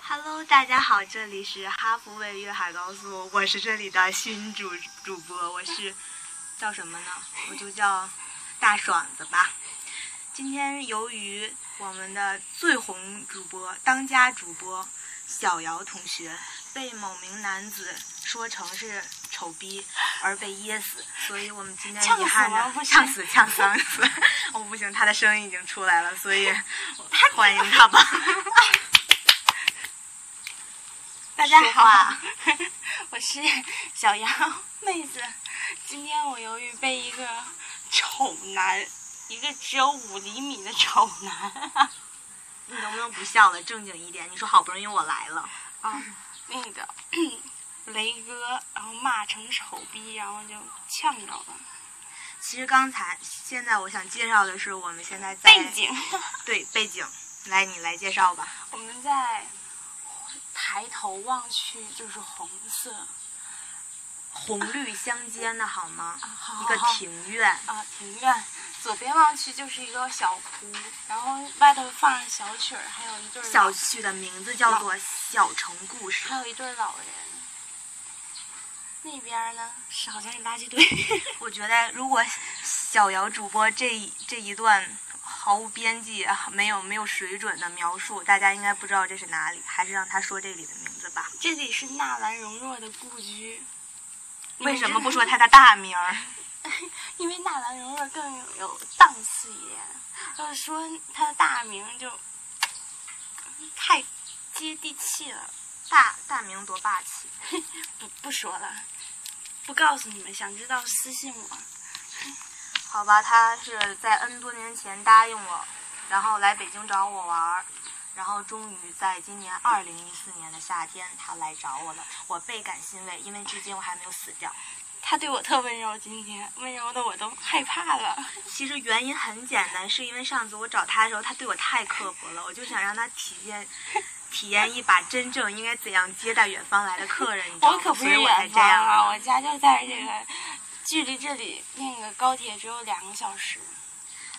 Hello，大家好，这里是哈佛位粤海高速，我是这里的新主主播，我是叫什么呢？我就叫大爽子吧。今天由于我们的最红主播、当家主播小姚同学被某名男子说成是丑逼而被噎死，所以我们今天呛遗死憾了的不是呛死呛死呛死， 哦不行，他的声音已经出来了，所以欢迎他吧。大家说话好， 我是小杨妹子。今天我由于被一个丑男，一个只有五厘米的丑男你能不能不笑了，正经一点？你说好不容易我来了，啊，那个 雷哥，然后骂成丑逼，然后就呛着了。其实刚才现在我想介绍的是我们现在在背景，对背景，来你来介绍吧。 我们在抬头望去就是红色红绿相间的好吗？啊，好一个好好庭院，啊，庭院，左边望去就是一个小湖，然后外头放着小曲儿，还有一对儿小老区的名字叫做《小城故事》。还有一对儿老人。那边儿呢是好像是垃圾 堆，我觉得如果小姚主播这一这一段毫无边际、没有没有水准的描述，大家应该不知道这是哪里，还是让他说这里的名字吧。这里是纳兰容若的故居。为什么不说他？他的大名儿？因为 纳兰容若更有档次一点，要是说他的大名就太接地气了。 大大名多霸气！不不说了，不告诉你们，想知道私信我。好吧，他是在 N 多年前答应我，然后来北京找我玩儿，然后终于在今年二零一四年的夏天，他来找我了，我倍感欣慰，因为至今我还没有死掉。他对我特温柔，今天温柔的我都害怕了。其实原因很简单，是因为上次我找他的时候，他对我太刻薄了，我就想让他体验。体验一把真正应该怎样接待远方来的客人，你知道我吗可不所是以我才远这方样啊，我家就在这个，距离这里那个高铁只有两个小时。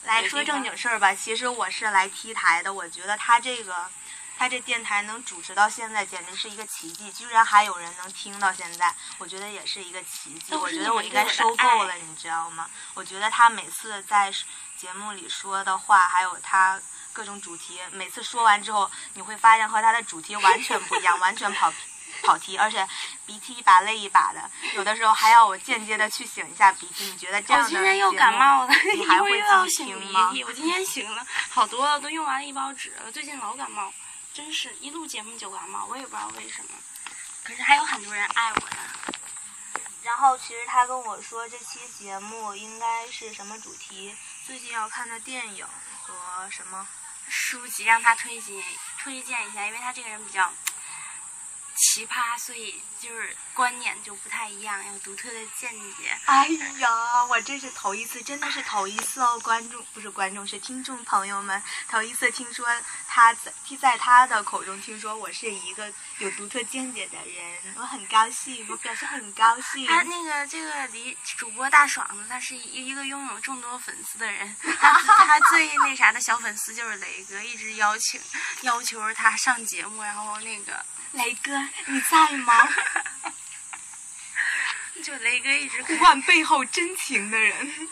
来说正经事儿吧，其实我是来 T 台的，我觉得他这个，他这电台能主持到现在，简直是一个奇迹，居然还有人能听到现在，我觉得也是一个奇迹。都我是觉你得我们应对该我的收购爱了，你知道吗？我觉得他每次在节目里说的话，还有他。各种主题，每次说完之后，你会发现和他的主题完全不一样，完全跑跑题，而且鼻涕一把泪一把的，有的时候还要我间接的去擤一下鼻涕。你觉得这样我的今天又节感目冒了，你一还会儿会又要自己擤听吗鼻涕。我今天擤了好多了，都用完了一包纸了。最近老感冒，真是一录节目就感冒，我也不知道为什么。可是还有很多人爱我的。然后其实他跟我说，这期节目应该是什么主题？最近要看的电影和什么？书籍让他推荐推荐一下，因为他这个人比较奇葩，所以就是观念就不太一样，有独特的见解。哎呀，我真是头一次，真的是头一次哦，观众不是观众，是听众朋友们，头一次听说他在在他的口中听说我是一个有独特见解的人，我很高兴，我表示很高兴。他那个这个离主播大爽子，他是一一个拥有众多粉丝的人，他自他最那啥的小粉丝就是雷哥，一直邀请要求他上节目，然后那个雷哥，你在 吗？就雷哥一直呼跟唤背后真情的人。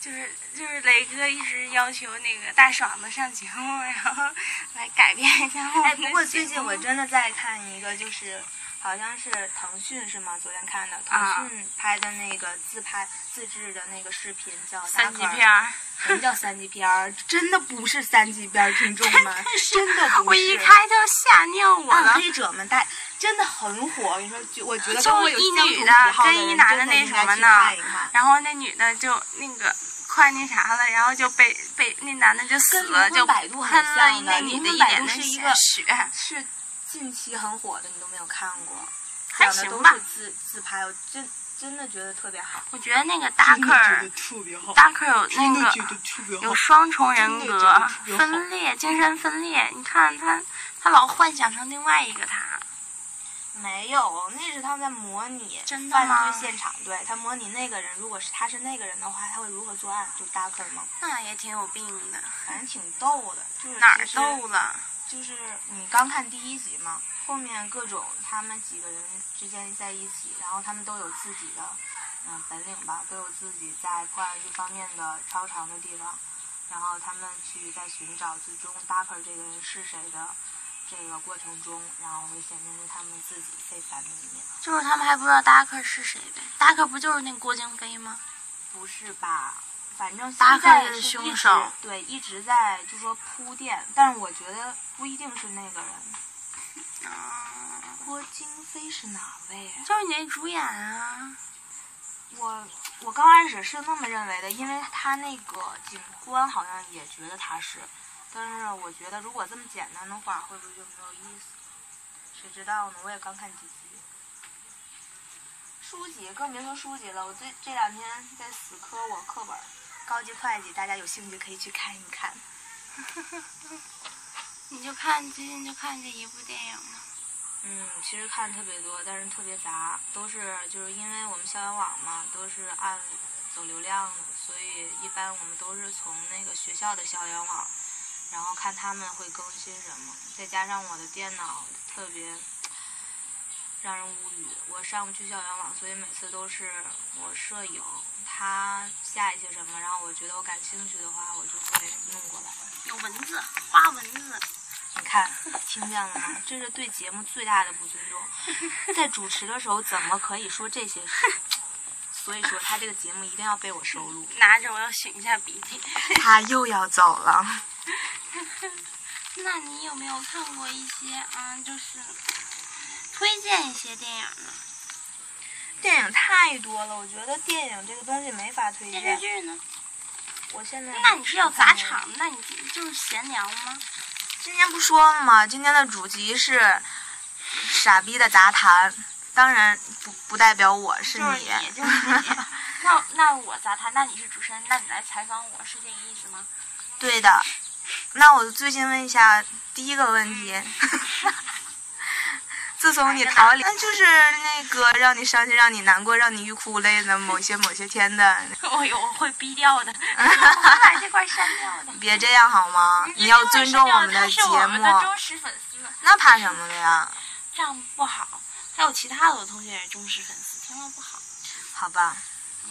就是就是雷哥一直要求那个大爽子上节目，然后来改变一下我们哎，的节目。不过最近我嗯真的在看一个，就是好像是腾讯是吗？昨天看的啊腾讯拍的那个自拍自制的那个视频叫三级达克尔片，儿。什嗯么叫三级片儿？真的不是三级片儿，听众们，真的不是。啊我一开就吓尿我暗了。黑者们大真的很火，我跟你说，就我觉得就跟我有一相女同的喜好跟人一男真的的那应什该么去呢看一看。然后那女的就那个快那啥了，然后就被被那男的就死跟了，灵魂就摆渡很喷了像的那女灵的魂一摆脸渡的是一血个血，是近期很火的，你都没有看过，还讲的行都吧是。自自拍，我真真的觉得特别好。我觉得那个达克尔，特别好达克尔有真那的个觉得特别有好。双重人真的觉格得特别好分裂，精神分裂。你看他，他老幻想成另外一个他，没有，那是他们在模拟真的犯吗罪？现场，对他模拟那个人，如果是他是那个人的话，他会如何作案？就 Darker 嘛，那也挺有病的，反正挺逗的，就是哪儿其实逗了？就是你刚看第一集吗？后面各种他们几个人之间在一起，然后他们都有自己的嗯、呃本领吧，都有自己在破案这方面的超常的地方，然后他们去在寻找最终 Dapper 这个人是谁的这个过程中，然后会显现出他们自己非凡的一面。就是他们还不知道达克是谁呗，达克不就是那个郭京飞吗？不是吧？反正达现克在是是凶一直手对，一直在就说铺垫，但是我觉得不一定是那个人。啊，郭京飞是哪位啊？就是你那主演啊，我我刚开始是那么认为的，因为他那个警官好像也觉得他是，但是我觉得如果这么简单的话，会不会就没有意思？谁知道呢？我也刚看几集。书籍更别说书籍了，我最这两天在死磕我课本《高级会计》，大家有兴趣可以去看一看。你就看最近就看这一部电影嘛，嗯，其实看特别多，但是特别杂，都是就是因为我们校园网嘛，都是按走流量的，所以一般我们都是从那个学校的校园网，然后看他们会更新什么，再加上我的电脑特别让人无语，我上不去校园网，所以每次都是我舍友他下一些什么，然后我觉得我感兴趣的话，我就会弄过来。有蚊子，花蚊子，你看，听见了吗？这是对节目最大的不尊重。在主持的时候，怎么可以说这些事？所以说，他这个节目一定要被我收录。拿着我要擤一下鼻涕。他又要走了。那你有没有看过一些嗯，就是推荐一些电影呢？电影太多了，我觉得电影这个东西没法推电视荐。剧呢？我现在那你是要砸？场？那你就是闲聊吗？今天不说了吗？今天的主题是傻逼的杂谈，当然不不代表我是就是你，就是 你。那那我砸他，那你是主持人，那你来采访我是这个意思吗？ 对的。那我最近问一下第一个问题， 自从你逃嗯 离，那就是那个让你伤心、让你难过、让你欲哭无泪的某些某些天的，我有，哎我会逼掉 的，我会把这块删掉 的。别这样好吗？你要尊重我们的他啊是节我们的目，忠实粉丝，那怕什么的呀？这样不好。还有其他的我同学也是忠实粉丝，这样不好。好吧，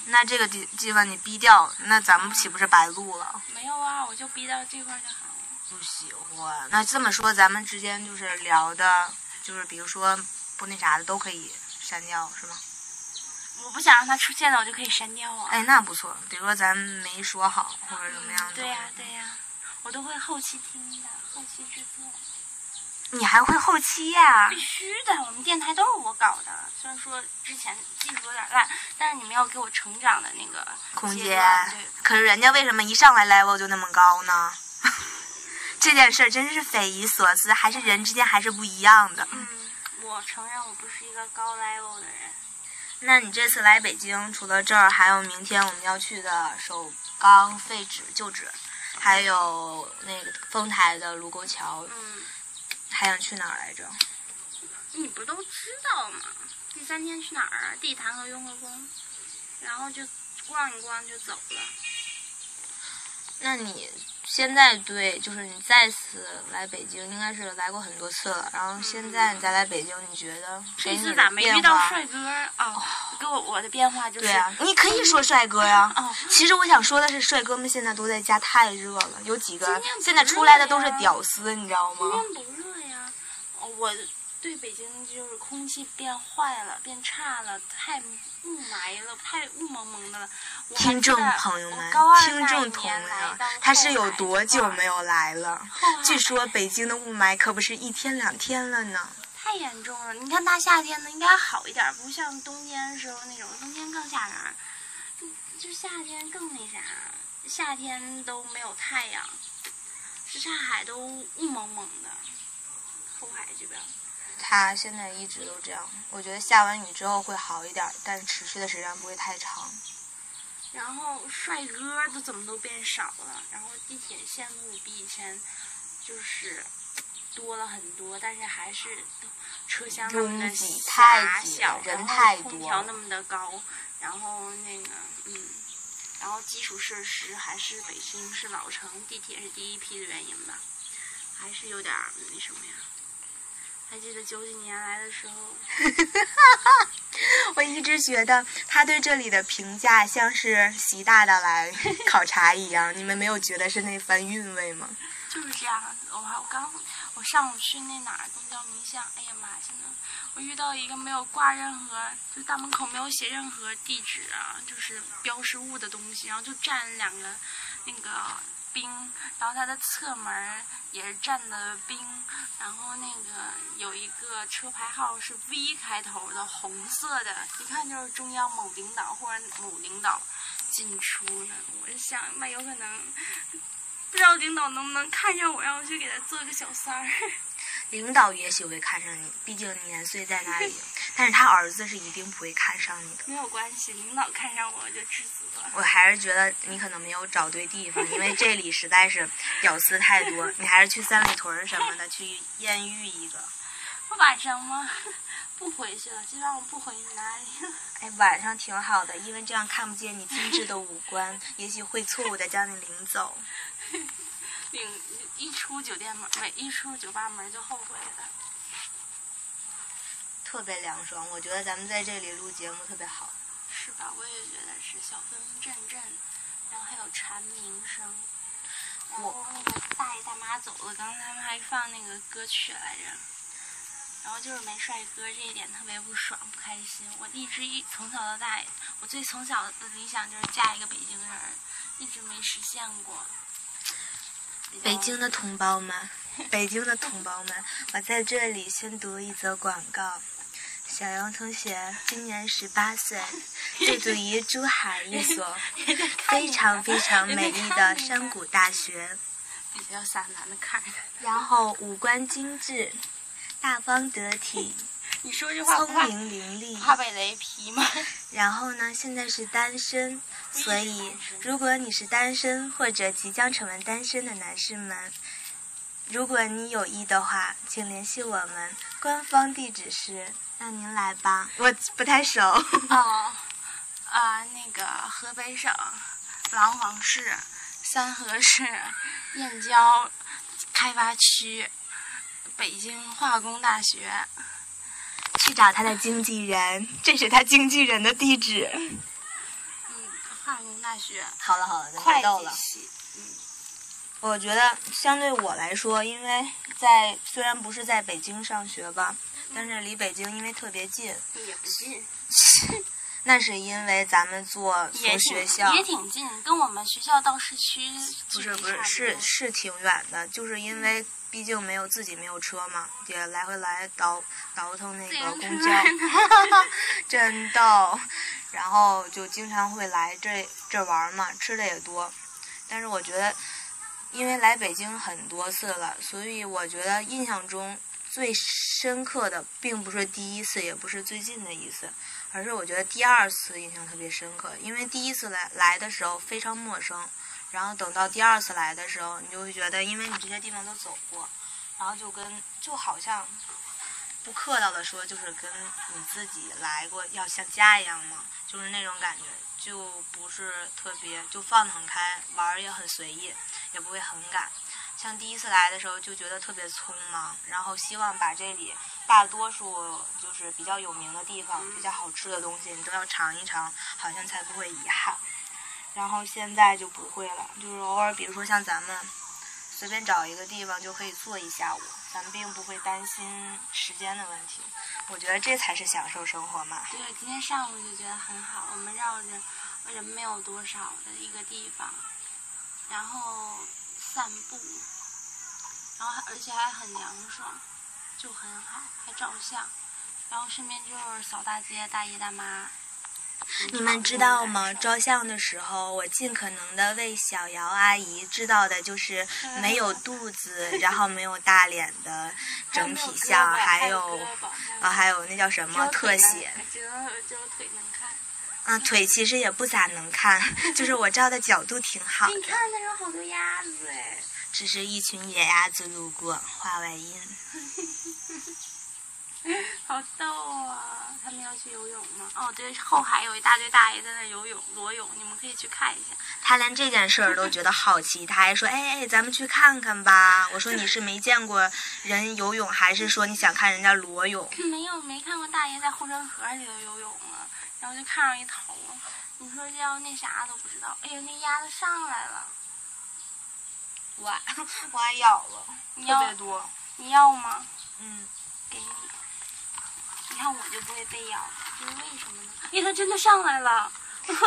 那这个地地方你逼掉，那咱们岂不是白录了？没有啊，我就逼到这块就好了。不喜欢。那这么说，咱们之间就是聊的，就是比如说不那啥的都可以删掉，是吗？我不想让他出现了，我就可以删掉啊。哎，那不错。比如说咱没说好，或者怎么样的、嗯对呀、对呀、我都会后期听的，后期制作你还会后期呀、必须的。我们电台都是我搞的，虽然说之前技术有点烂，但是你们要给我成长的那个空阶间段对，。可是人家为什么一上来 level 就那么高呢？ 这件事儿真是匪夷所思，还是人之间还是不一样的。嗯，我承认我不是一个高 level 的人。那你这次来北京，除了这儿，还有明天我们要去的首钢废纸旧址，还有那个丰台的卢沟桥，嗯，还想去哪儿来着？你不都知道吗？第三天去哪儿啊？地坛和雍和宫，然后就逛一逛就走了。那你现在对，就是你再次来北京，应该是来过很多次了。然后现在你再来北京，你觉得这给你次的咋没遇变到化？帅哥啊？哦给我我的变化就是对啊，你可以说帅哥呀。哦其实我想说的是，帅哥们现在都在家太热了，有几今个天不现在热出来的都是呀屌丝，你知道今吗？天不热呀，哦我对北京就是空气变坏了，变差了，太雾霾了，太雾蒙蒙的了。我还听记得众朋友我们高，二听那众一朋友年来们到，他后是有海多久这块儿没有来了 后海？据说北京的雾霾可不是一天两天了呢。太严重了。你看大夏天的应该好一点，不像冬天的时候那种，冬天更吓人儿，就就夏天更那啥，夏天都没有太阳，什刹海都雾蒙蒙的，后海这边。他现在一直都这样，我觉得下完雨之后会好一点儿，但持续的时间不会太长。 然后帅哥都怎么都变少了，然后地铁线路比以前就是多了很多，但是还是车厢那么的拥挤狭太挤了小，人然后太空多调了那么的高，然后那个嗯，然后基础设施还是北京是老城，地铁是第一批的原因吧，还是有点儿那什么呀。还记得九几年来的时候，我一直觉得他对这里的评价像是习大大来 考察一样，你们没有觉得是那番韵味吗？就是这样。我还我刚我上午去那哪儿东郊民巷，哎呀妈，真的，我遇到一个没有挂任何，就大门口没有写任何地址啊，就是标识物的东西，然后啊就站了两个那个兵，然后他的侧门儿也是站的兵，然后那个有一个车牌号是 V 开头的红色的，一看就是中央某领导或者某领导进出的。我就想，那有可能不知道领导能不能看上我，让我去给他做个小三儿。 领导也许会看上你，毕竟年岁在那里，但是他儿子是一定不会看上你的。没有关系，领导看上我就知足了。我还是觉得你可能没有找对地方，因为这里实在是屌丝太多，你还是去三里屯儿什么的去艳遇一个。我晚上吗？不回去了，今晚我不回哪里了。哎，晚上挺好的，因为这样看不见你精致的五官，也许会错误的将你领走。领一出酒店门，每一出酒吧门就后悔了。特别凉爽，我觉得咱们在这里录节目特别好。是吧？我也觉得是小风阵阵，然后还有蝉鸣声，然后那个大爷大妈走了，刚才他们还放那个歌曲来着，然后就是没帅哥这一点特别不爽不开心。我一直一从小到大，我最从小的理想就是嫁一个北京人，一直没实现过。比较北京的同胞们，北京的同胞们，我在这里先读一则广告。小杨同学今年十八岁，就读于珠海一所非啊常非常美丽的山谷大学。比较傻男的看着他， 然后五官精致，大方得体，你说这话不 聪怕明伶俐。怕被雷劈吗？然后呢，现在是单身，直所 以单身如果你是单身或者即将成为单身的男士们，如果你有意的话，请联系我们，官方地址是。那您来吧，我不太熟。哦，啊、那个河北省廊坊市三河市燕郊开发区北京化工大学。 去找他的经纪人，这是他经纪人的地址。嗯，化工大学 好了好了，咱会别逗计了。系。我觉得相对我来说，因为在虽然不是在北京上学吧，但是离北京因为特别近，也不近，那是因为咱们坐也从学校挺也挺近，跟我们学校到市区不距是离不差是是多是挺远的，就是因为毕竟没有自己没有车嘛，也来回来倒倒腾那自个行公车交， 真逗。然后就经常会来这这玩儿嘛，吃的也多。但是我觉得，因为来北京很多次了，所以我觉得印象中最深刻的，并不是第一次，也不是最近的一次，而是我觉得第二次印象特别深刻。因为第一次来来的时候非常陌生，然后等到第二次来的时候，你就会觉得，因为你这些地方都走过，然后就跟就好像不客套的说，就是跟你自己来过要像家一样嘛，就是那种感觉，就不是特别，就放得很开，玩儿也很随意，也不会很赶。像第一次来的时候就觉得特别匆忙，然后希望把这里大多数就是比较有名的地方、比较好吃的东西你都要尝一尝，好像才不会遗憾。然后现在就不会了，就是偶尔，比如说像咱们随便找一个地方就可以坐一下午，咱们并不会担心时间的问题。我觉得这才是享受生活嘛。对，今天上午就觉得很好，我们绕着人没有多少的一个地方，然后散步，然后还而且还很凉爽，就很好，还照相，然后身边就是扫大街大爷大妈。你们知道吗？ 照照相的时候，我尽可能的为小姚阿姨知道的就是没 有肚子，然后没有大脸的整体像，还有啊，还有那叫什么特写，，只有只有腿能看。嗯，腿其实也不咋能看， 就是我照的角度挺好你的。看那有好多鸭子哎。只是一群野鸭子路过，话外音。好逗啊！他们要去游泳吗？哦，对，后海有一大堆大爷在那游泳裸泳，你们可以去看一下。他连这件事儿都觉得好奇，他还说：“哎哎，咱们去看看吧。”我说：“你是没见过人游泳，还是说你想看人家裸泳 没有没看过大爷在护城河里头游泳啊，然后就看上一头，你说这要那啥都不知道，哎呦那鸭子上来了，我我还咬了，你特要别多。你要吗？嗯，给你，你看我就不会被咬，这是为什么呢？因为它真的上来了，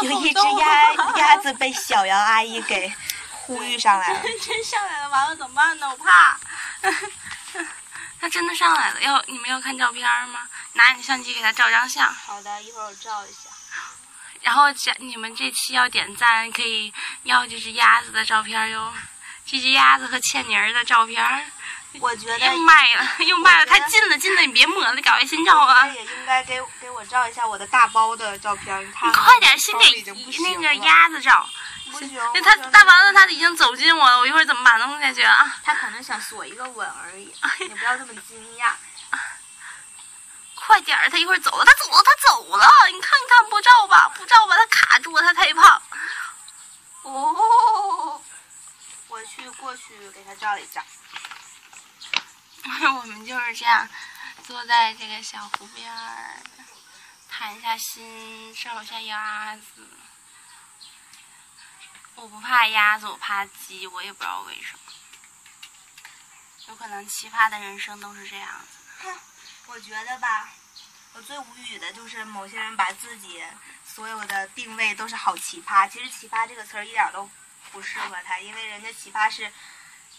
有一只 好逗鸭啊鸭子被小杨阿姨给呼吁上来了。 真上来了，完了怎么办呢？我怕。 它真的上来了，要你们要看照片吗？拿你的相机给它照张相，好的，一会儿我照一下。然后这你们这期要点赞，可以要这只鸭子的照片哟，这只鸭子和倩妮儿的照片儿。我觉得又卖了，又卖了，我觉得它进了进了，你别抹了，搞卫新照我觉啊得！也应该给给我照一下我的大包的照片，你看你看快点，先包已给经不那行个了鸭子照。不行，那它我觉得它完了，它已经走近我了，我一会儿怎么把它弄下去啊？ 他可能想锁一个吻而已，你不要这么惊讶。快点儿，它一会儿走了，它走了，它走了，你看看不照吧，不照吧，它卡住了，它太胖。哦，我去过去给他照一张。 我们就是这样，坐在这个小湖边儿，谈一下心，照一下鸭子。我不怕鸭子，我怕鸡，我也不知道为什么。有可能奇葩的人生都是这样子。我觉得吧，我最无语的就是某些人把自己所有的定位都是好奇葩，其实“奇葩”这个词儿一点儿都不适合他，因为人家奇葩是，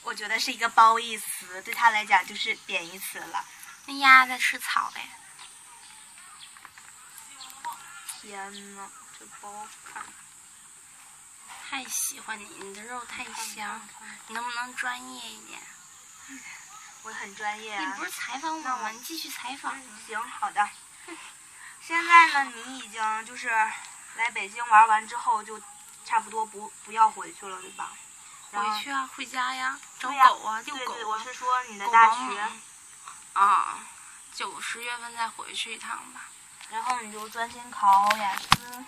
我觉得是一个褒义词，对他来讲就是贬义词了。那鸭子吃草呗，天呐，这不好看，太喜欢你，你的肉太香，你能不能专业一点？我很专业你啊不。是采访我那我吗？你继续采访。嗯行，好 的。现在呢，你已经就是来北京玩完之后，就差不多不不要回去了，对吧？然后回去啊，回家呀，找对呀狗啊，遛对狗对，啊我。是说你的狗大帮学，忙啊，九十月份再回去一趟吧。然后你就专心考雅思。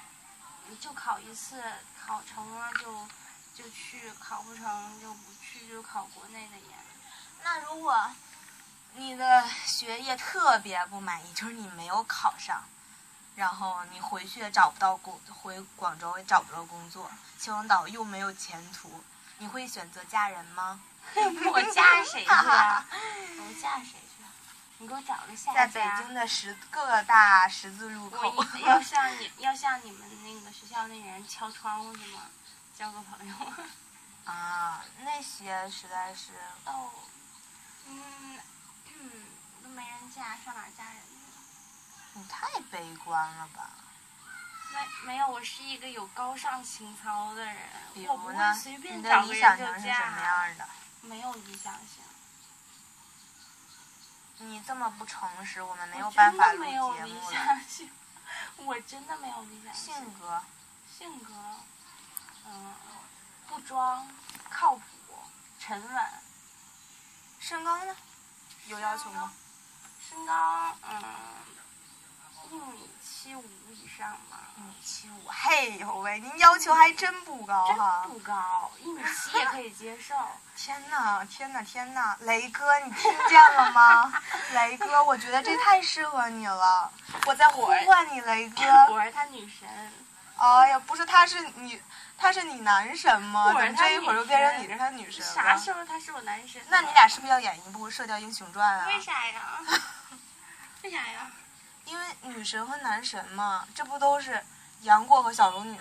就考一次，考成了就就去，考不成就不去，就考国内的研。那如果你的学业特别不满意，就是你没有考上，然后你回去也找不到工，回广州也找不着工作，秦皇岛又没有前途，你会选择嫁人 吗？我嫁谁去啊？我嫁谁去啊？你给我找个下在家。北京的十各大十字路口我， 一要向你要向你们那个学校那人敲窗户去吗？交个朋友。啊，那些实在是 哦，嗯嗯，都没人嫁，上哪儿嫁人去？你太悲观了吧？没没有，我是一个有高尚情操的人，比我不如会呢，随便你的找个理想人就型是什么嫁，样的？没有理想型，你这么不诚实，我们没我有真办的法录没有节理目 了。想型，我真的没有理想型，性格，性格，嗯，不装，靠谱，沉稳，身高呢？有要求吗？身高，嗯，一米七五以上吧，一米嗯七五，嘿呦喂，您要求还真不高真哈、不高，一米七也可以接受。天呐，天呐，天呐，雷哥，你听见了 吗？雷哥，我觉得这太适合你了，我在呼哎唤你，雷 哥。我是他女神，哎呀，不是，他是你，他是你男神吗？我怎是么他这一会儿女就变成神你是他女神了？啥时候他是我男神？那你俩是不是要演一部《射雕英雄传》啊？为啥呀？ 为啥呀？因为女神和男神嘛，这不都是杨过和小龙女，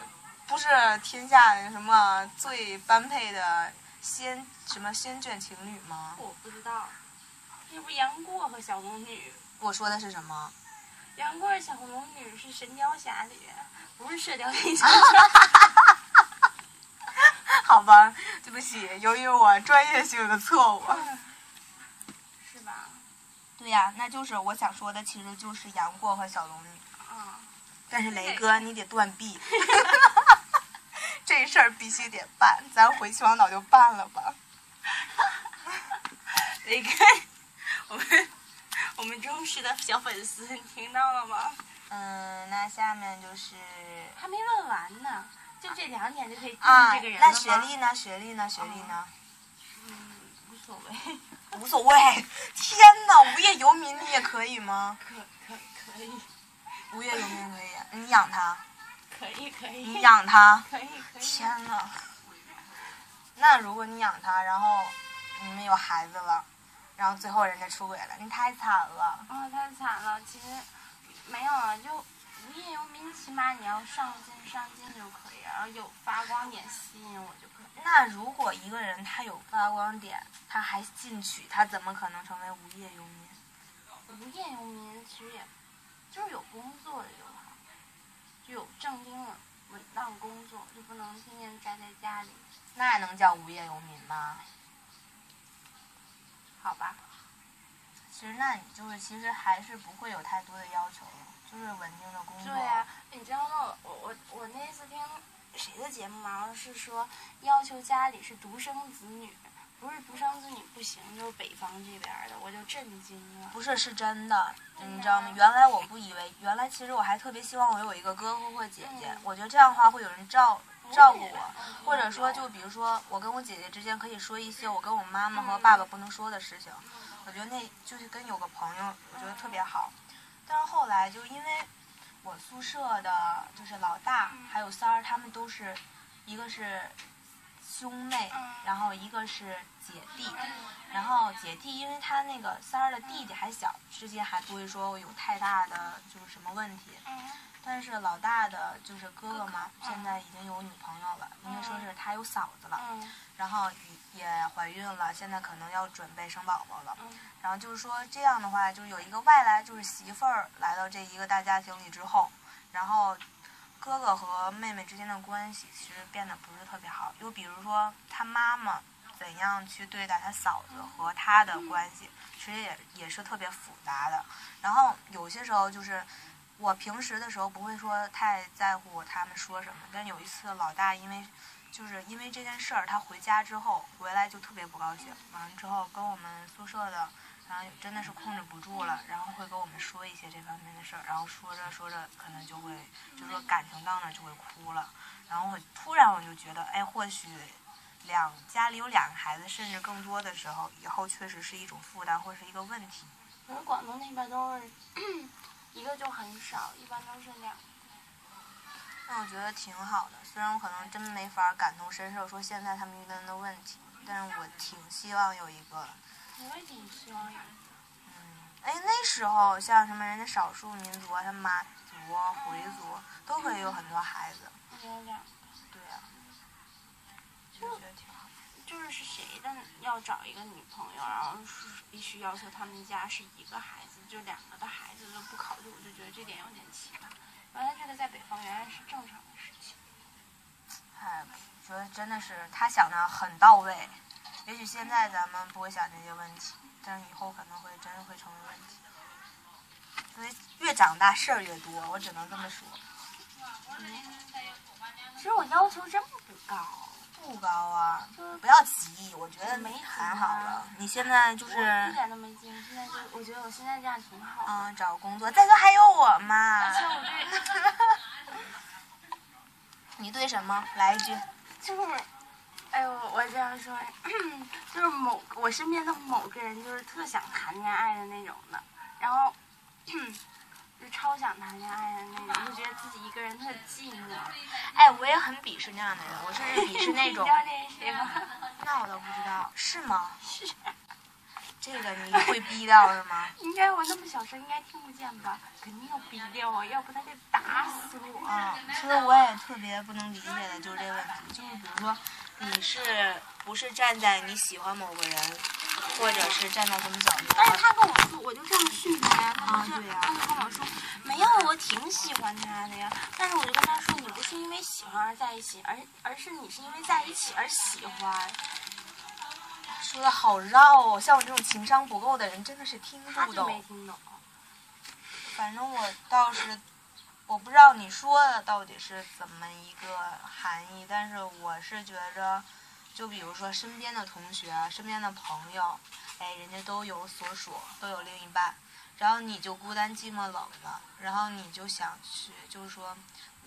不是天下什么最般配的仙什么仙眷情侣吗？我不知道，这不杨过和小龙女？我说的是什么？ 杨过和小龙女是《神雕侠侣》，不是《射雕英雄传》。好吧，对不起，由于我专业性的错误。 是吧？对呀、那就是我想说的，其实就是杨过和小龙女。 啊、但是雷哥，你得断臂， 这事儿必须得办，咱回秦皇岛就办了吧。雷哥，我们我们忠实的小粉丝，你听到了吗？嗯，那下面就是还没问完呢，就这两点就可以定啊这个人，了那吗？学历呢？学历呢？学历呢？嗯，无所谓，无所谓。天哪，无业游民你也可以吗？可可可以，无业游民可以，啊你养他，可以可以，你养 他。可以可以。天哪！那如果你养他，然后你们有孩子了，然后最后人家出轨了，你太惨了。哦，太惨了，其实没有啊，就无业游民，起码你要上进上进就可以，然后有发光点吸引我就可以。那如果一个人他有发光点，他还进取，他怎么可能成为无业游民？无业游民其实也就是有工作就好，就有正经稳稳当工作，就不能天天宅在家里，那还能叫无业游民吗？好吧？其实那你就是其实还是不会有太多的要求，就是稳定的工作。对啊呀、你知道吗？我我我那次听谁的节目嘛，然后是说要求家里是独生子女，不是独生子女不行，就是北方这边儿的，我就震惊了。不是是真的，嗯你知道吗？原来我不以为，原来其实我还特别希望我有一个哥哥或姐姐嗯，我觉得这样的话会有人照照顾啊我，或者说就比如说我跟我姐姐之间可以说一些我跟我妈妈和嗯爸爸不能说的事情，我觉得那就是跟有个朋友，我觉得特别好。但是后来就因为我宿舍的就是老大嗯还有三儿，他们都是一个是兄妹嗯，然后一个是姐弟，嗯然后姐弟，因为他那个三儿的弟弟还小，之间还不会说有太大的就是什么问题。但是老大的就是哥哥嘛，哥哥嗯现在已经有女朋友了，应该说嗯是他有嫂子了，嗯然后也也怀孕了，现在可能要准备生宝宝了。嗯然后就是说这样的话，就是有一个外来就是媳妇儿来到这一个大家庭里之后，然后哥哥和妹妹之间的关系其实变得不是特别好。又比如说他妈妈怎样去对待他嫂子和他的关系，其实也也是特别复杂的。然后有些时候就是。我平时的时候不会说太在乎他们说什么，但有一次老大因为就是因为这件事儿，他回家之后回来就特别不高兴，完了之后跟我们宿舍的，然后真的是控制不住了，然后会跟我们说一些这方面的事儿，然后说着说着可能就会就说感情到那儿就会哭了，然后我突然我就觉得，哎，或许两家里有两个孩子甚至更多的时候，以后确实是一种负担或是一个问题。反正广东那边都是一个就很少，一般都是两个。但我觉得挺好的，虽然我可能真没法感同身受说现在他们遇到的问题，但是我挺希望有一个我也挺希望有哎，那时候像什么人家少数民族啊，像满族啊、回族，都可以有很多孩子。有两个，对啊，就觉得挺好。就是是谁的要找一个女朋友，然后是必须要求他们家是一个孩子，就两个的孩子都不考虑，我就觉得这点有点奇葩。原来这个在北方原来是正常的事情。哎，我觉得真的是他想的很到位。也许现在咱们不会想这些问题，但是以后可能会真的会成为问题。所以越长大事儿越多，我只能这么说。其实我要求真不高，不高啊，就是不要急，我觉得没急还好啊了。你现在就我是一点都没劲。现在就我觉得我现在这样挺好的。嗯找工作，再说还有我嘛。 而且我对，你对什么？来一句。就是，哎呦，我这样说，就是某我身边的某个人，就是特想谈恋爱的那种的，然后就超想谈恋爱的那种，就觉得自己一个人特寂寞。哎，我也很鄙视那样的人，我甚至鄙视那种你知。道那是谁吗？那我倒不知道，是吗？是， 这个你会逼掉是 吗？应该我那么小声，应该听不见吧？肯定要逼掉我，要不他得打死我。啊，其实我也特别不能理解的就是这个问题，就是比如说，你是不是站在你喜欢某个人，或者是站在什么角但是度？他跟我说，我就这样训他呀，他不是，啊对呀他就跟我说，没有，我挺喜欢他的呀。但是我就跟他说，你不是因为喜欢而在一起，而而是你是因为在一起而喜欢。说的好绕哦，像我这种情商不够的人真的是听他不就没懂。听懂。反正我倒是，我不知道你说的到底是怎么一个含义，但是我是觉着，就比如说啊身边的同学、身边的朋友，哎，人家都有所属，都有另一半，然后你就孤单寂寞冷了，然后你就想去，就是说，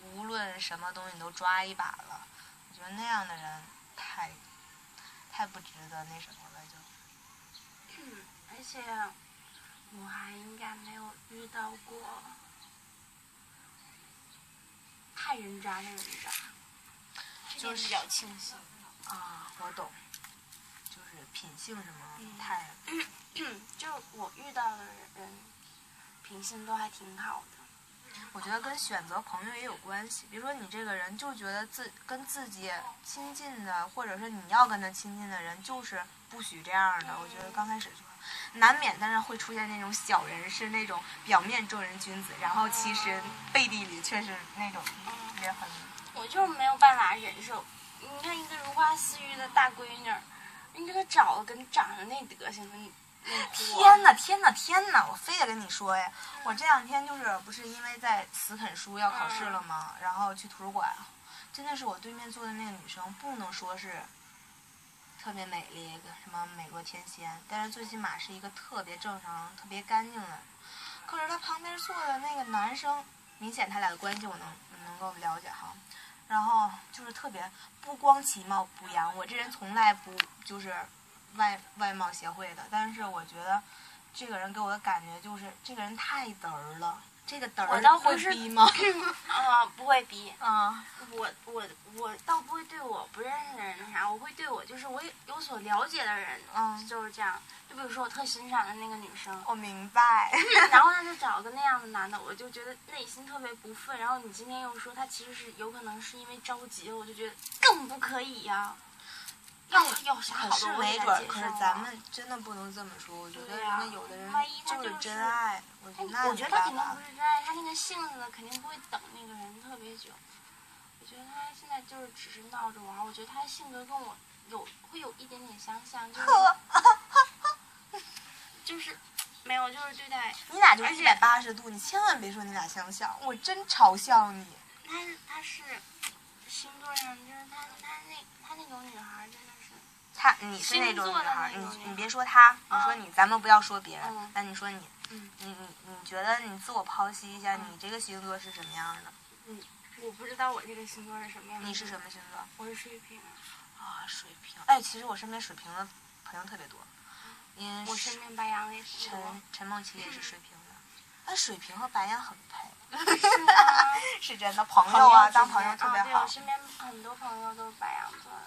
无论什么东西你都抓一把了。我觉得那样的人太，太不值得那什么了，就。嗯，而且我还应该没有遇到过太人渣的人渣，就这点是比较庆幸。啊，我懂，就是品性什么嗯太，就是我遇到的人，品性都还挺好的。我觉得跟选择朋友也有关系。比如说你这个人就觉得自跟自己亲近的，或者是你要跟他亲近的人，就是不许这样的。我觉得刚开始就难免，但是会出现那种小人是那种表面正人君子，然后其实背地里却是那种也很我就是没有办法忍受，你看一个如花似玉的大闺女儿，你给她找了跟长得那德行的那啊货，天呐，天呐，天呐！我非得跟你说呀，我这两天就是不是因为在死啃书要考试了吗？然后去图书馆，真的是我对面坐的那个女生，不能说是特别美丽，什么美若天仙，但是最起码是一个特别正常、特别干净的人。可是她旁边坐的那个男生，明显他俩的关系我能能够了解哈。然后就是特别不光其貌不扬，我这人从来不就是外外貌协会的，但是我觉得这个人给我的感觉就是这个人太嘚儿了，这个嘚儿我倒不会是逼 吗？啊、不会逼。啊，我我我倒不会对我不认识的人那啥，我会对我就是我有有所了解的人，嗯就是这样。就比如说我特欣赏的那个女 生，我明白。然后她就找个那样的男的，我就觉得内心特别不忿。然后你今天又说她其实是有可能是因为着急，我就觉得更不可以呀、要要啥可好的是我没也准敢儿，接可受是啊咱们真的不能这么说。我觉得对人呀家有的人万一他就是就真是爱，我觉得那哎我觉得他他肯定不是真爱，他那个性子肯定不会等那个人特别久。我觉得他现在就是只是闹着玩儿，我觉得他性格跟我有会有一点点相像，就是就是没有就是对待你俩就是而一且百八十度，你千万别说你俩相像，我真嘲笑你。他是他是星座上就是他他那他那种女孩儿真的是他，你是星那种座女的孩儿，那你种你人别说他，你啊说你，咱们不要说别人嗯，那你说你，嗯你你你觉得你自我剖析一下，你这个星座是什么样的？我不知道我这个星座是什么样的，你是什么星座？我是水瓶，啊，水瓶。哎，其实我身边水瓶的朋友特别多，因为嗯我身边嗯白羊也挺陈多，陈梦琪也是水瓶的，但水瓶和白羊很 配，是吗？是真的。朋友啊，之当朋间友特啊别对好我。身边很多朋友都是白羊座的。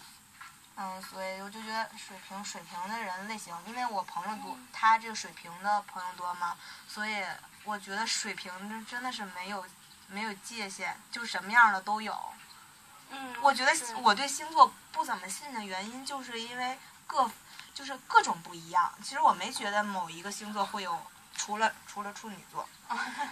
嗯，所以我就觉得水瓶水瓶的人类型，因为我朋友多，嗯他这个水瓶的朋友多嘛，所以我觉得水瓶真真的是没有没有界限，就什么样的都有。嗯，我觉得是我对星座不怎么信的原因，就是因为各就是各种不一样。其实我没觉得某一个星座会有，除了除了处女座，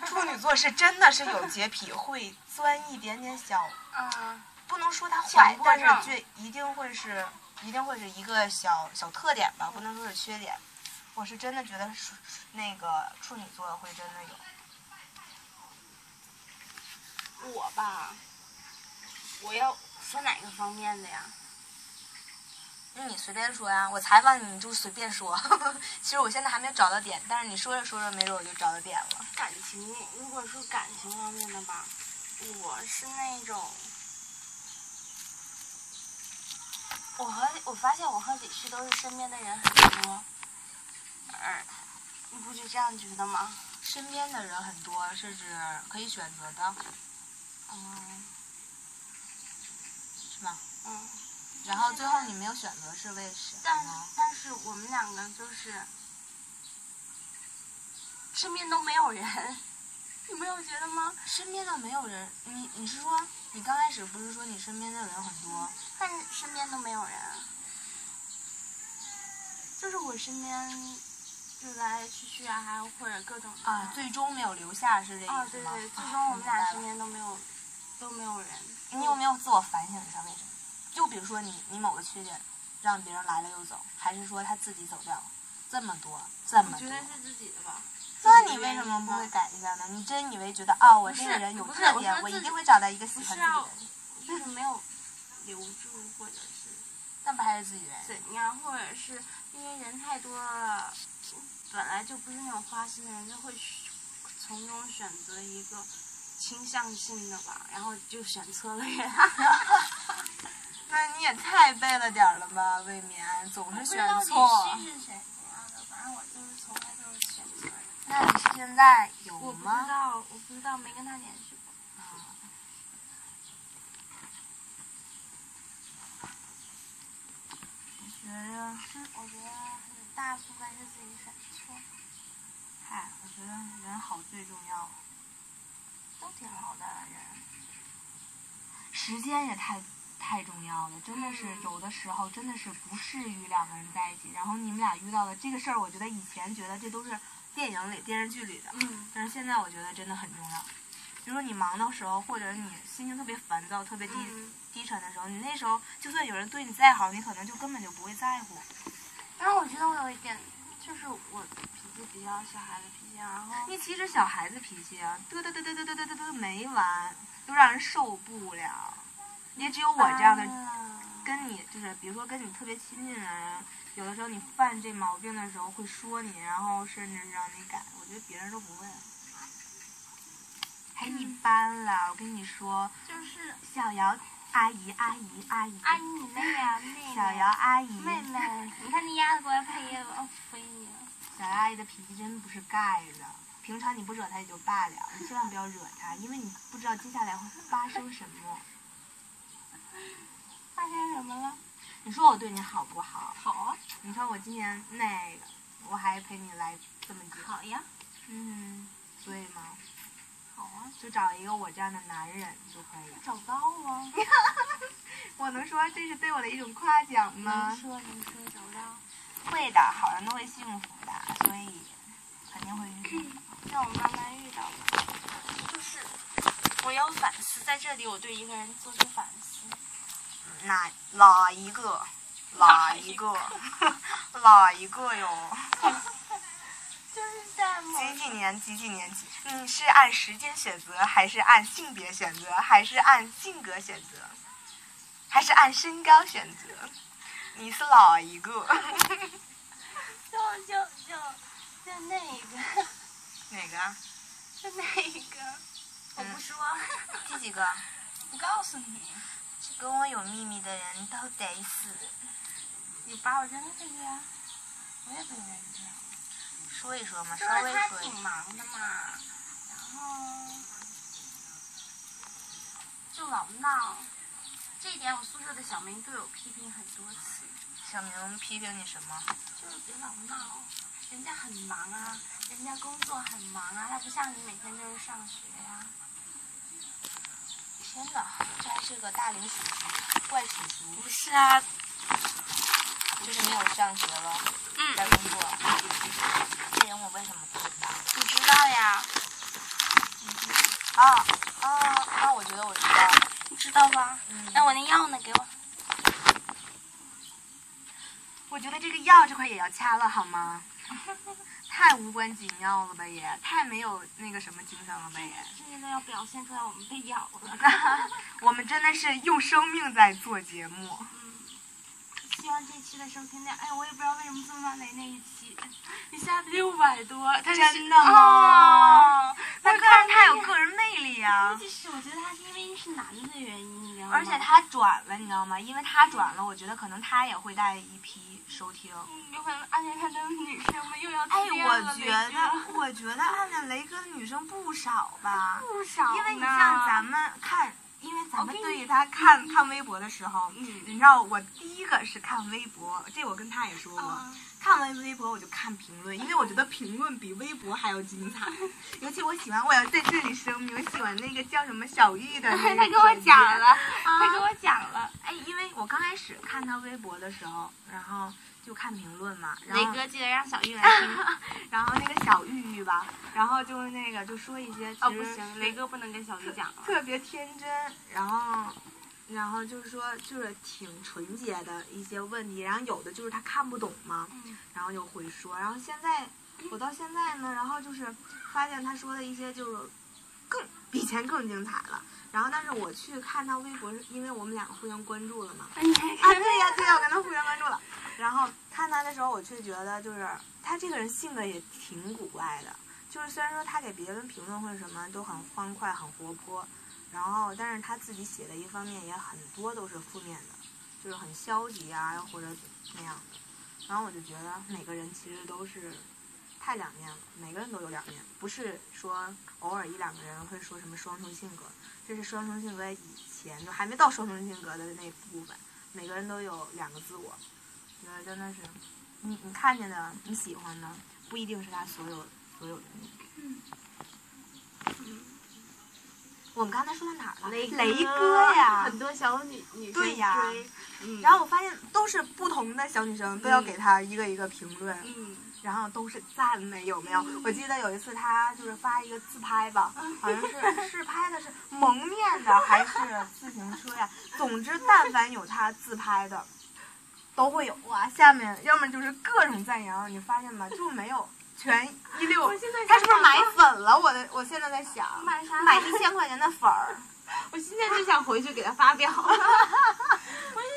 处女座是真的是有洁癖，会钻一点点小， 嗯，不能说它坏强，迫哎但症是这一定会是一定会是一个小小特点吧，不能说是缺点。我是真的觉得处那个处女座会真的有。我吧，我要说哪个方面的呀？那你随便说啊呀，我采访你你就随便说。 其实我现在还没有找到点，但是你说着说着，没准我就找到点了。感情，如果说感情方面的吧，我是那种，我和我发现我和李旭都是身边的人很多，而你不就这样觉得吗？身边的人很多，是指可以选择的，嗯是吗？嗯。然后最后你没有选择是为什但是么？但是我们两个就是身边都没有人， 你没有觉得吗？身边的没有人，你你是说你刚开始不是说你身边的人很多？但是身边都没有人，就是我身边就来来去去啊，或者各种的啊，最终没有留下是这意思吗？啊对对，最终我们俩身啊边都没有都没有人。你有没有自我反省一下为什么？就比如说你你某个缺点，让别人来了又走，还是说他自己走掉了？这么多，这么多，我觉得是自己的吧。那你为什么不会改一下呢？你真以为觉得啊、我这个人有特不是我点，说我自己一定会找到一个喜欢自己的不人，就是没有留住，或者是那不还是自己人？怎样，或者是因为人太多了，本来就不是那种花心的人，就会选从中选择一个倾向性的吧，然后就选错了 人。 那你也太背了点儿了吧，未免总是选错。是选怎样的，反正我就是从来都是选错人。那你是现在有我不知吗？道，我不知道，没跟他联系过。觉着，我觉得很大部分是自己选错，嗨，我觉得人好最重要，都挺好的人。时间也太太重要了，真的是有的时候真的是不适于两个人在一起。然后你们俩遇到的这个事儿，我觉得以前觉得这都是电影里、电视剧里的，嗯，但是现在我觉得真的很重要。比如说你忙的时候，或者你心情特别烦躁、特别低、嗯低沉的时候，你那时候就算有人对你再好，你可能就根本就不会在乎。但是我觉得我有一点，就是我脾气比较小孩子脾气，然后你其实小孩子脾气啊，嘚嘚嘚嘚嘚嘚嘚嘚嘚没完，都让人受不了。也只有我这啊样的，跟你就是，比如说跟你特别亲近的人，有的时候你犯这毛病的时候会说你，然后甚至让你改。我觉得别人都不会，啊嗯还一般啦。我跟你说，就是小姚阿姨，阿姨，阿姨，阿姨你妹呀、妹妹。小姚阿姨，妹妹，你看那鸭子过来拍叶子，哦，飞你了。小姚阿姨的脾气真不是盖的。平常你不惹她也就罢了，你千万不要惹她，因为你不知道接下来会发生什么。发生什么了？你说我对你好不好？好啊，你看我今年那个，我还陪你来这么久。好呀，嗯，所以嘛，好啊，就找一个我这样的男人就可以了。找到啊。我能说这是对我的一种夸奖您吗？说您说找到。嗯会的，好人都会幸福的，所以肯定会遇见。让我慢慢遇到吧。就是我要反思，在这里我对一个人做出反思。哪老一个，老一个， 老一个哟。就是在某几几年？几几年？几？你是按时间选择，还是按性别选择，还是按性格选择，还是按身高选择？你是老一个， 就就就就那个，哪个？啊就那个，我不说，第几个？不告诉你。跟我有秘密的人都得死。你把我扔出去啊！我也不扔去。说一说嘛，就稍微是他说一挺说。忙的嘛，然后就老闹。这一点我宿舍的小明对我批评很多次，小明批评你什么？就是别老闹，人家很忙啊，人家工作很忙啊，他不像你每天就是上学呀、天哪，这还是个大龄叔叔，怪叔叔，不是啊，就是没有上学了，嗯在工作。这人我为什么不知道？你知道呀，啊哦啊啊！我觉得我知道了。你知道吧？那我那药呢？给我。我觉得这个药这块也要掐了好 吗？太无关紧要了吧也，太没有那个什么精神了吧也。 这些都要表现出来，我们被咬了。 我们真的是用生命在做节目。希望这期的收听量，哎，我也不知道为什么这么晚的那一期， 一下子六百多，他是真啊的吗哦那看着他有个人魅力啊估！计是我觉得他是因为是男的原因，你知道吗？而且他转了，你知道吗？因为他转了，我觉得可能他也会带一批收听。嗯有可能暗恋他的女生们又要哎，自恋了我觉得，我觉得暗恋雷哥的女生不少吧，不少呢因为你像咱，们看，因为咱们我跟对于他看看微博的时候，嗯你知道我第一个是看微博，这我跟他也说过，嗯看完微博我就看评论，因为我觉得评论比微博还要精彩， 尤其我喜欢，我要在这里声明，我喜欢那个叫什么小玉 的那个 他跟我姐姐讲了，他跟我讲了，哎，因为我刚开始看他微博的时候，然后就看评论嘛，然雷后哥记得让小玉来听。然后那个小玉玉吧，然后就是那个就说一些哦，其实不行，雷哥不能跟小玉讲了。特别天真，然后。然后就是说，就是挺纯洁的一些问题，然后有的就是他看不懂嘛，嗯然后就会说。然后现在我到现在呢，然后就是发现他说的一些就是更比以前更精彩了。然后，但是我去看他微博，是因为我们两个互相关注了嘛。哎你啊，对呀、对呀、我跟他互相关注了。然后看他的时候，我却觉得就是他这个人性格也挺古怪的，就是虽然说他给别人评论或者什么都很欢快、很活泼，然后但是他自己写的一方面也很多都是负面的，就是很消极啊，或者那样的。然后我就觉得每个人其实都是太两面了，每个人都有两面，不是说偶尔一两个人会说什么双重性格，这是双重性格以前就还没到双重性格的那部分，每个人都有两个自我，觉得真的是，你你看见的你喜欢的不一定是他所有所有的你。嗯我们刚才说到哪儿了？雷哥呀，很多小女女生对呀追，嗯，然后我发现都是不同的小女生都要给他一个一个评论，嗯，然后都是赞美，有没有？我记得有一次他就是发一个自拍吧，嗯好像是是拍的是蒙面的还是自行车呀？总之，但凡有他自拍的，都会有哇。下面要么就是各种赞扬，你发现吗？就没有 全一溜。现在他是不是买粉了？我的，我现在在想，买啥？买一千块钱的粉儿。我现在就想回去给他发表。 我现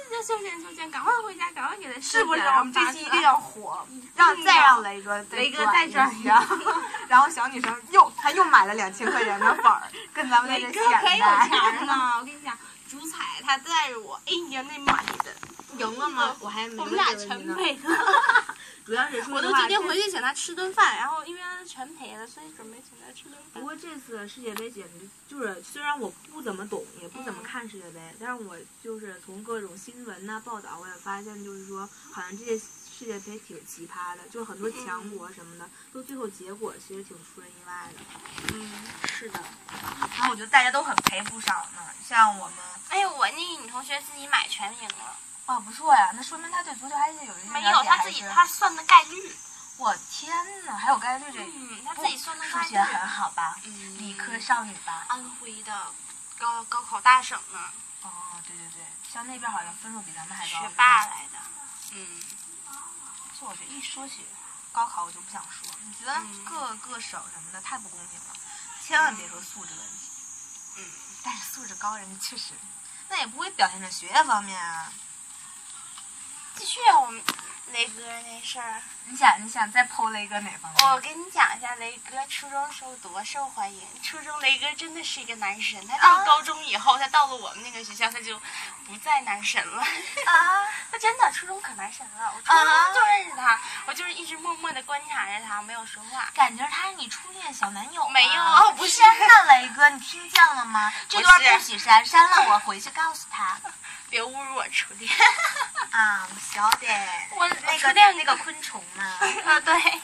在修剪修剪，赶快回家，赶快给他是不是？我们这期一定要要火， 让再让雷哥雷哥再再转转一一下下， 然后小女生又她又买了两千块钱的粉儿，跟咱们在 雷这哥显可有钱 摆。了，我跟你讲，主彩他带着我，哎呀，那妈的，赢了吗？我还没我们俩问这个问题全呢。赔了。主要是说我实都话决定这回去请他吃顿饭，然后因为他全赔了，所以准备请他吃顿不饭。过这次世界杯简直就是，虽然我不怎么懂，也不嗯怎么看世界杯，但是我就是从各种新闻呐、报道，我也发现，就是说，好像这届世界杯挺奇葩的，就是很多强嗯国什么的，都最后结果其实挺出人意外的。嗯，是的。然后我觉得大家都很赔不少呢，嗯像我们，哎呦，我那女同学自己买全赢了，哇，哦不错呀，那说明他对足球还是有一些没了有解她还自己是她算的概率，我天呐，还有概率这，嗯，她不自己算的数概学很率。好吧？嗯理科少女吧？安徽的高高考大省呢，哦，对对对，像那边好像分数比咱们还高。学霸来的，嗯，就我觉得一说起高考，我就不想说。你觉得各各省什么的太不公平了，千万别说素质问题。嗯，但是素质高人家确实，那也不会表现在学业方面啊。继续啊，我们雷哥那事儿，你想，你想再剖雷哥哪方面？我跟你讲一下，雷哥初中时候多受欢迎。初中雷哥真的是一个男神，他啊到高中以后，他到了我们那个学校，他就不再男神 了。啊，他真的初中可男神了，我初中就认识他，我就是一直默默的观察着他，没有说话。感觉他是你初恋小男友吗？哦没 有不是真的，雷哥，你听见了吗？这段不许删，删了我回去告诉他。别侮辱我初恋，啊，我晓得。我那初个恋那个昆虫嘛，啊，对，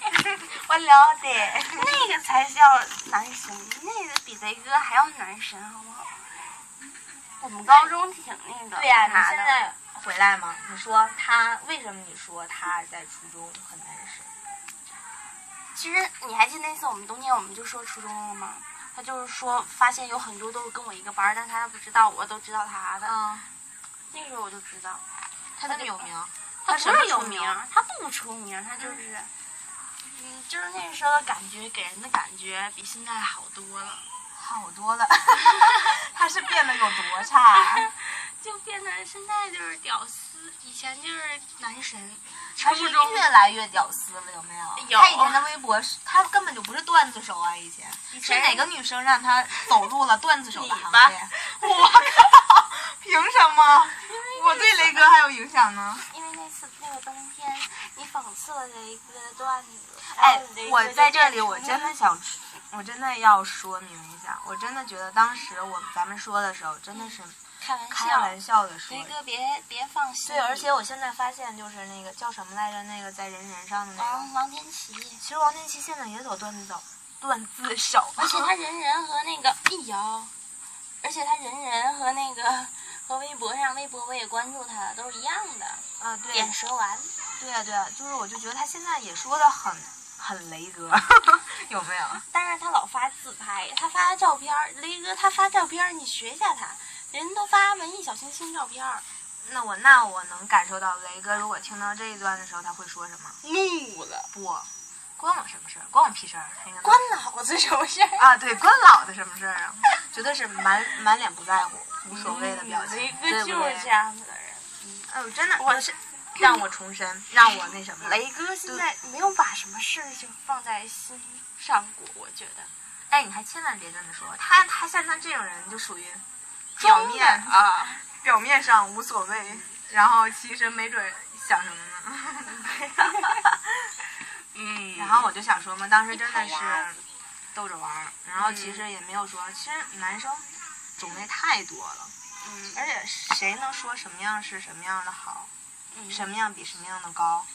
我了解。那个才叫男神，那个比雷哥还要男神，好不好？我们高中挺那个对呀、啥你现的在回来吗？你说他为什么？你说他在初中很难受？其实你还记得那次我们冬天我们就说初中了吗？他就是说发现有很多都是跟我一个班儿，但他不知道，我都知道他的。嗯，那个时候我就知道，他那么有名，他啊不什么是有出名名，他不出名，他就是，嗯，就是那时候的感觉给人的感觉比现在好多了，好多了。 他是变得有多差？啊就变得现在就是屌丝，以前就是男神。他初是中越来越屌丝了，有没有？有他以前的微博是，他根本就不是段子手啊！以前以是前哪个女生让他走入了段子手的行你吧列？ 我靠！凭什么？我对雷哥还有影响呢？因为那次那个冬天，你讽刺了雷哥的段子，哎然后雷，哥我就在这变里，我成真的想，我真的要说明一下，我真的觉得当时我们咱们说的时候，真的是开玩开玩笑的说雷。哥别别放心对，里。而且我现在发现，就是那个叫什么来着，那个在人人上的那个，王王天琪，其实王天琪现在也走段子手，段子手，而 且他人人和那个易遥，而且他人人和那个和微博上，微博我也关注他了，都是一样的。啊，对，点蛇丸，对啊，对啊，就是我就觉得他现在也说的很很雷哥， 有没有？但是他老发自拍，他发照片儿，雷哥他发照片儿，你学一下他，人都发文艺小清新照片儿，那我那我能感受到雷哥如果听到这一段的时候，他会说什么？怒了，不，关我什么事儿？关我屁事儿！他应该关脑子什么事儿？啊，对，关老子什么事儿啊？绝对是满满脸不在乎、无所谓的表情，一个对嗯就不对是这样子的人。哎呦，真的，我是让我重申，让我那什么。雷哥现在没有把什么事情放在心上过，我觉得。哎，你还千万别这么说，他他像他这种人就属于表装的面啊，表面上无所谓，然后其实没准想什么呢。 嗯然后我就想说嘛，当时真的一是拍鸭逗着玩儿，然后嗯其实也没有说，其实男生种类太多了，嗯而且谁能说什么样是什么样的好，嗯什么样比什么样的高？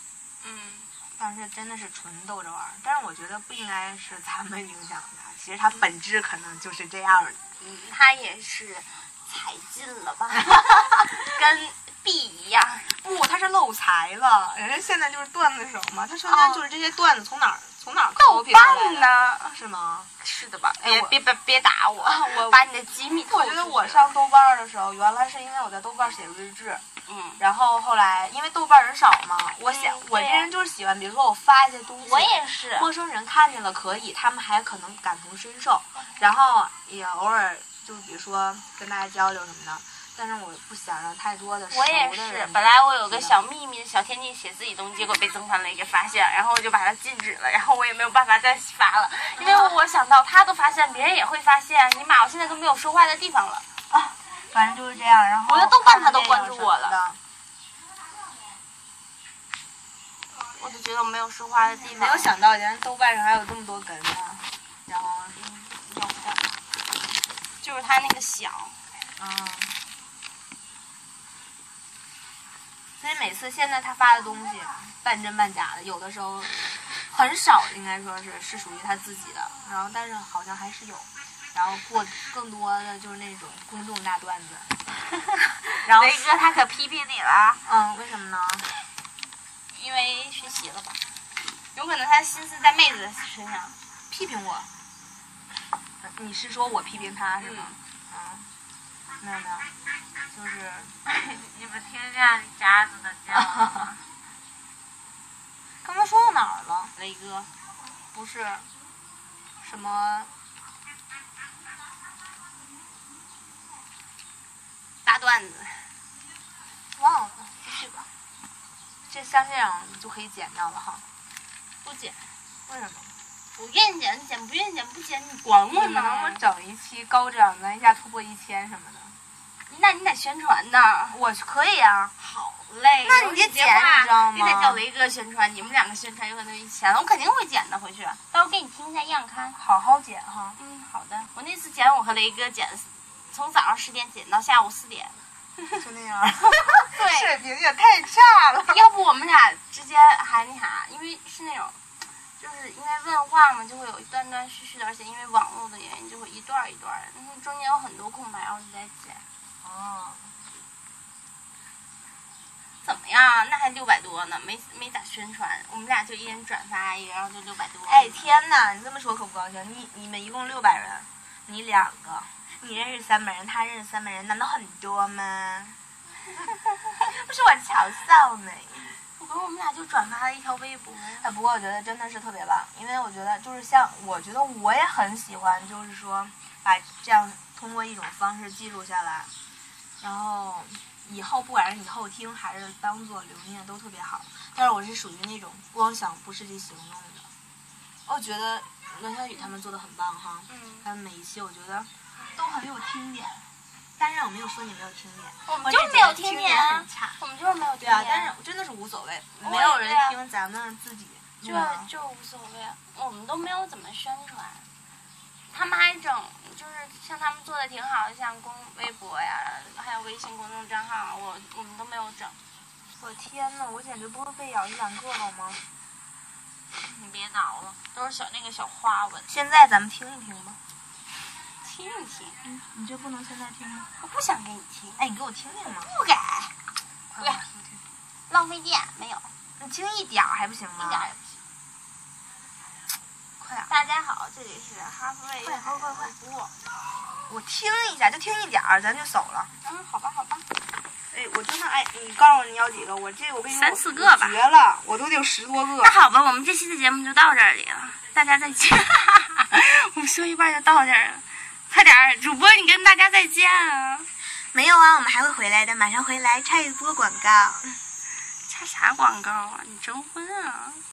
嗯但是真的是纯逗着玩儿，但是我觉得不应该是咱们影响他，其实他本质可能就是这样的。嗯，他也是踩进了 吧，跟 B 一样。不，他是漏财了，人家现在就是段子手嘛，他身边就是这些段子从哪儿、从哪儿哦豆 copy 过来瓣的？呢？是吗？是的吧？哎别我啊别别别打我！我把你的机密透我出去。觉得我上豆瓣儿的时候，原来是因为我在豆瓣儿写日志，嗯，然后后来因为豆瓣儿人少嘛，我想、嗯我对这呀人就是喜欢，比如说我发一些东西，我也是。陌生人看见了可以，他们还可能感同身受，然后也偶尔就比如说跟大家交流什么的，但是我不想让太多的熟我也的是人，本来我有个小秘密，小天地写自己东西，结果被曾凡雷给发现，然后我就把它禁止了，然后我也没有办法再发了，因为我想到他都发现，别人也会发现，尼玛，我现在都没有说话的地方了。反正就是这样。然后我的豆瓣他他都关注我了，我就觉得我没有说话的地没有。方想到原来豆瓣上还有这么多梗呢。然后，有的，就是他那个小，嗯，所以每次现在他发的东西半真半假的，有的时候很少，应该说是是属于他自己的，然后但是好像还是有。然后过更多的就是那种公众大段子，然后雷哥他可批评你了啊，嗯，为什么呢？因为学习了吧？有可能他心思在妹子身上。批评我？呃你是说我批评他是吗？嗯，没有没有，就是你们听这样夹子的叫吗 刚才说到哪儿了？雷哥，不是什么大段子，忘了，继续吧。这像这样就可以剪掉了哈。不剪，为什么？我愿意剪，剪不愿意剪不剪，你管我你们能不能呢？整一期高涨，咱一下突破一千什么的？那你得宣传呐。我可以啊。好嘞那那你你这这剪剪，你知道吗你得叫雷哥宣传，你们两个宣传有可能一起来了，我肯定会剪的，回去到时候给你听一下样刊。好好剪哈。嗯，好的。我那次剪，我和雷哥剪，从早上十点剪到下午四点。 就那样。 对，平也太差了。要不我们俩之间还那啥，因为是那种，就是因为问话嘛，就会有一断断续续的，而且因为网络的原因，就会一段儿一段儿的，那中间有很多空白，然后就在剪。 哦，怎么样？那还六百多呢，没没咋宣传，我们俩就一人转发一个，然后就六百多。哎，天哪！你这么说可不高兴。你你们一共六百人，你两个，你认识三百人，他认识三百人，难道很多 吗？不是我嘲笑你。我跟我们俩就转发了一条微博。哎，不过我觉得真的是特别棒，因为我觉得就是像，我觉得我也很喜欢，就是说把这样通过一种方式记录下来，然后以后不管是以后听还是当做留念都特别好。但是我是属于那种光想不是去行动的，我哦觉得罗小雨他们做的很棒哈，嗯，他们每一期我觉得都很有听点，但是我没有说你没有听点，我我们只就觉是没有得听点见啊很，差。我们就是没有听对见啊啊。，但是真的是无所谓，没我有也人对啊听咱们自己。就嗯就无所谓，我们都没有怎么宣传。他们还整，就是像他们做的挺好的，像公微博呀，还有微信公众账号，我我们都没有整。我天呐，我简直不会被咬一两个好吗？你别挠了，都是小那个小花纹。现在咱们听一听吧。听一听，你这不能现在听吗？我不想给你听，哎，你给我听听嘛。不给，快点听听。浪费电，没有，你听一点儿还不行吗？一点儿也不行。快点儿，大家好，这里是哈弗瑞。快快快快播。我听一下，就听一点儿，咱就走了。嗯，好吧，好吧。哎，我真的哎，你告诉我你要几个？我这我跟你说，三四个吧我绝了，我都得有十多个那。好吧，我们 这期的节目就到这里了，大家再见。我们说一半就到这儿了，快点儿，主播你跟大家再见啊！没有啊，我们还会回来的，马上回来插一波广告。插啥广告啊？你征婚啊？